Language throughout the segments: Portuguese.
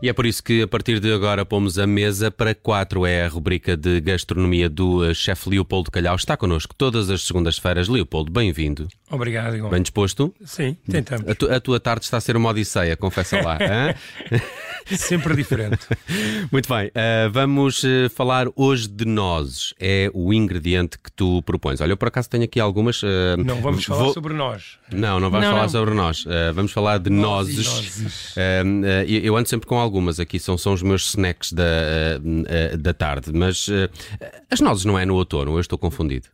E é por isso que a partir de agora pomos a mesa para quatro. É a rubrica de gastronomia do eh, chefe Leopoldo Calhau. Está connosco todas as segundas-feiras. Leopoldo, bem-vindo. Obrigado, igual. Bem disposto? Sim, tentamos. A, tu- a tua tarde está a ser uma odisseia, confessa lá. hã? Sempre diferente. Muito bem, eh, vamos eh, falar hoje de nozes. É o ingrediente que tu propões. Olha, eu por acaso tenho aqui algumas. eh, Não vamos falar vou- sobre nós. Não, não vamos Não, falar não. sobre nós. Eh, vamos falar de nozes. nozes. Eh, eh, eu- eu ando sempre com algumas aqui, são, são os meus snacks da, eh, eh, da tarde. Mas eh, as nozes não é no outono, eu estou confundido.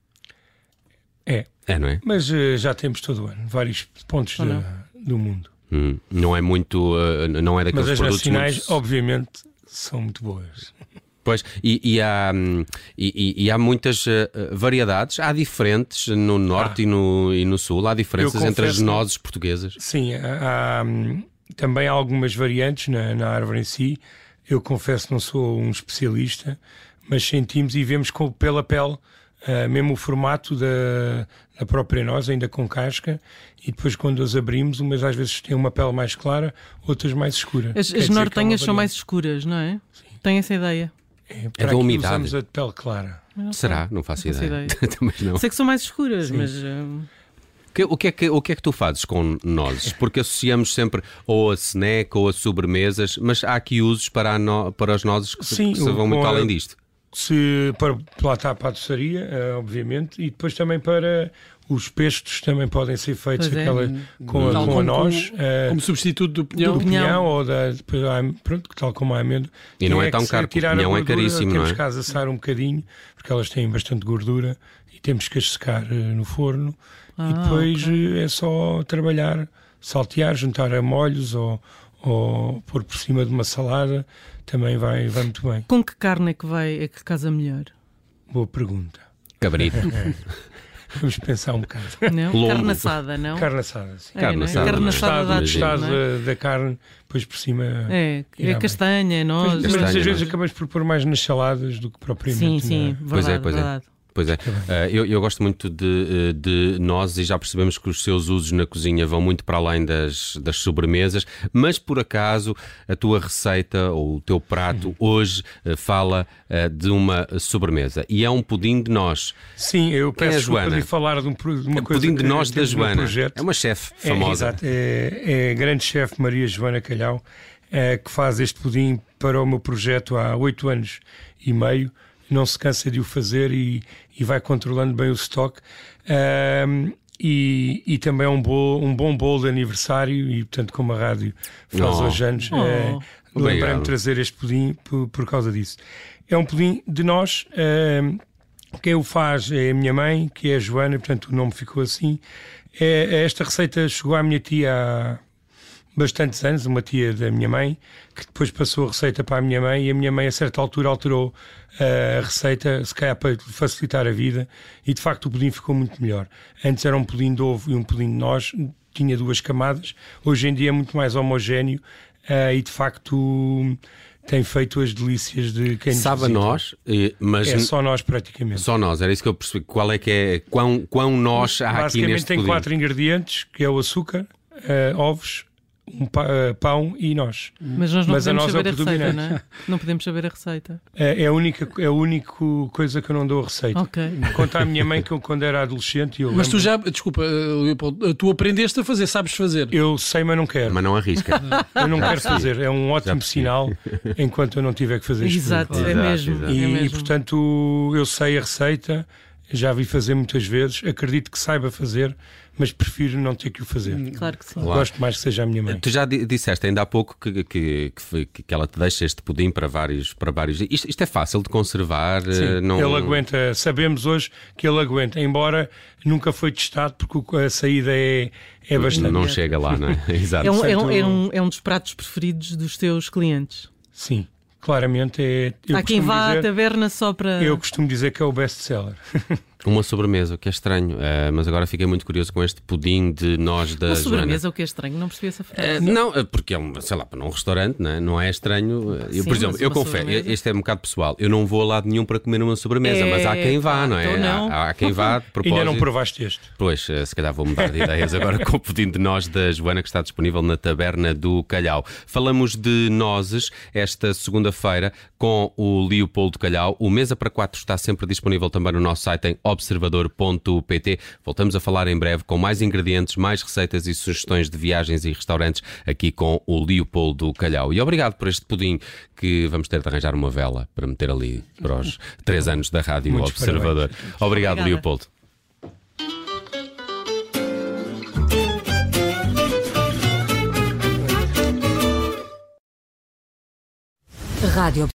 É, É, não é? mas eh, já temos todo o ano, vários pontos de- do mundo. Hum, não é muito. eh, não é daqueles Mas as oh. produtos. nacionais, muito- obviamente, são muito boas. Pois, e, e há, hum, e, e- e há muitas eh, eh, variedades, há diferentes no norte e, no, e no sul, há diferenças Ah. Eu entre as confesso- nozes portuguesas. Sim, há, há, hum, também há algumas variantes na, na árvore em si. Eu confesso que não sou um especialista, mas sentimos e vemos com, pela pele. ah, mesmo o formato da, da própria noz, ainda com casca, e depois quando as abrimos, umas às vezes têm uma pele mais clara, outras mais escura. As, Quer as dizer que é uma nortenhas são variante. mais escuras, não é? Sim. Tem essa ideia. É, da para aqui umidade. Usamos a de pele clara. Mas não sei. Será? Não faço Não faço ideia. ideia. Também não. Sei que são mais escuras, mas. hum, Que- o, que é que, o que é que tu fazes com nozes? Porque associamos sempre ou a snack ou a sobremesas, mas há aqui usos para, a no- para as nozes que se, Sim, que se vão o- muito com a- além disto. Se para lá está para a doçaria, eh, obviamente, e depois também para os pestos também podem ser feitos Pois é. aquela, com, a, Tal com como a noz. com- eh, Como substituto do pinhão. do pinhão. pinhão ou da, depois há- pronto, tal como a amêndoa. E não Tem é tão que se caro, porque tirar o a pinhão é gordura, caríssimo, Temos não é? que as assar um bocadinho, porque elas têm bastante gordura e temos que as secar eh, no forno. Ah, e depois ok. eh, é só trabalhar, saltear, juntar a molhos ou, ou pôr por cima de uma salada. Também vai, vai muito bem. Com que carne é que vai é que casa melhor? Boa pergunta. Cabrito. Vamos pensar um bocado. Não? Lombo. Carne assada, não? Carne assada, sim. É, Carne não é? assada, não Carne é? assada o dá estado tudo, não é? da, da carne, depois por cima. É, Irá é bem. castanha, é Mas, nós. mas às castanha, vezes não é? acabamos por pôr mais nas saladas do que Sim, propriamente. sim, na- verdade, Pois é, pois é. verdade. Pois é, Ah, eu, eu gosto muito de, eh, de nozes e já percebemos que os seus usos na cozinha vão muito para além das, das sobremesas, mas por acaso a tua receita ou o teu prato Hum. hoje eh, fala eh, de uma sobremesa e é um pudim de noz. Sim, eu Quem é peço a desculpa Joana? de falar de, um, pro- de uma É coisa. pudim de que noz da temos no Joana. projeto. É uma chefe É, famosa. exato. É, é a grande chefe Maria Joana Calhau eh, que faz este pudim para o meu projeto há oito anos e meio. Não se cansa de o fazer e, e vai controlando bem o estoque. Ahm, e, e também é um, bo, um bom bolo de aniversário, e portanto, como a rádio faz Oh. hoje anos, Oh. eh, lembrei-me Obrigado. de trazer este pudim por, por causa disso. É um pudim de nós. ahm, quem o faz é a minha mãe, que é a Joana, portanto o nome ficou assim. É- é esta receita chegou à minha tia há bastantes anos, uma tia da minha mãe, que depois passou a receita para a minha mãe e a minha mãe a certa altura alterou eh, a receita, se calhar para lhe facilitar a vida, e de facto o pudim ficou muito melhor. Antes era um pudim de ovo e um pudim de noz, tinha duas camadas, hoje em dia é muito mais homogéneo eh, e de facto tem feito as delícias de quem nos Sabe a visita. nós, eh, mas É n- só nós praticamente. só nós, era isso que eu percebi. Qual é que é, quão, quão nós há aqui Basicamente neste tem pudim? quatro ingredientes, que é o açúcar, eh, ovos, um pa- eh, pão e nós. Mas nós não Mas a podemos nós é saber o a receita, não predominante. é? Não podemos saber a receita. Eh, é a única é a única coisa que eu não dou a receita. Ok. Conta à minha mãe que eu quando era adolescente eu Mas tu lembro- já, desculpa, eh, Leopoldo, tu aprendeste a fazer, sabes fazer. eu sei, mas não quero. Mas não arrisca. Eu não quero percebi. fazer. É um ótimo sinal enquanto eu não tiver que fazer isto. Exato, é Exato, mesmo. exato. é E, mesmo. e, portanto eu sei a receita, já vi fazer muitas vezes, acredito que saiba fazer, mas prefiro não ter que o fazer. Hum, Claro que sim. Claro. Então, Gosto mais que seja a minha mãe. Tu já di- disseste ainda há pouco que, que, que, foi- que- que ela te deixa este pudim para vários. Para vários. Isto, isto é fácil de conservar? eh, não... Ele aguenta, sabemos hoje que ele aguenta, embora nunca foi testado, porque o- a saída é, é bastante. Não chega lá, não é? Exato. É um, é, um, Portanto- é, um, é um dos pratos preferidos dos teus clientes. Sim, claramente é. eu Há quem costumo vá à dizer- taberna só para. Eu costumo dizer que é o best seller. Uma sobremesa, o que é estranho. Eh, mas agora fiquei muito curioso com este pudim de nós da Uma Joana. sobremesa, o que é estranho, não percebi essa frase. Eh, não, eh, porque é um, sei lá, para um restaurante, não é, não é estranho. Eh, Eu, Ah, Sim, por exemplo, mas eu uma confesso, sobremesa. este é um bocado pessoal. Eu não vou a lado nenhum para comer uma sobremesa, É, mas há quem vá, não é? então não. Há, há quem vá de propósito. Ainda não provaste este. Pois, eh, se calhar vou mudar de ideias agora com o pudim de nós da Joana, que está disponível na Taberna do Calhau. Falamos de nozes esta segunda-feira com o Leopoldo Calhau. O Mesa para Quatro está sempre disponível também no nosso site em observador.pt. Voltamos a falar em breve com mais ingredientes, mais receitas e sugestões de viagens e restaurantes aqui com o Leopoldo Calhau. E obrigado por este pudim que vamos ter de arranjar uma vela para meter ali para os três anos da Rádio Muitos Observador. Obrigado, Obrigada. Leopoldo. Rádio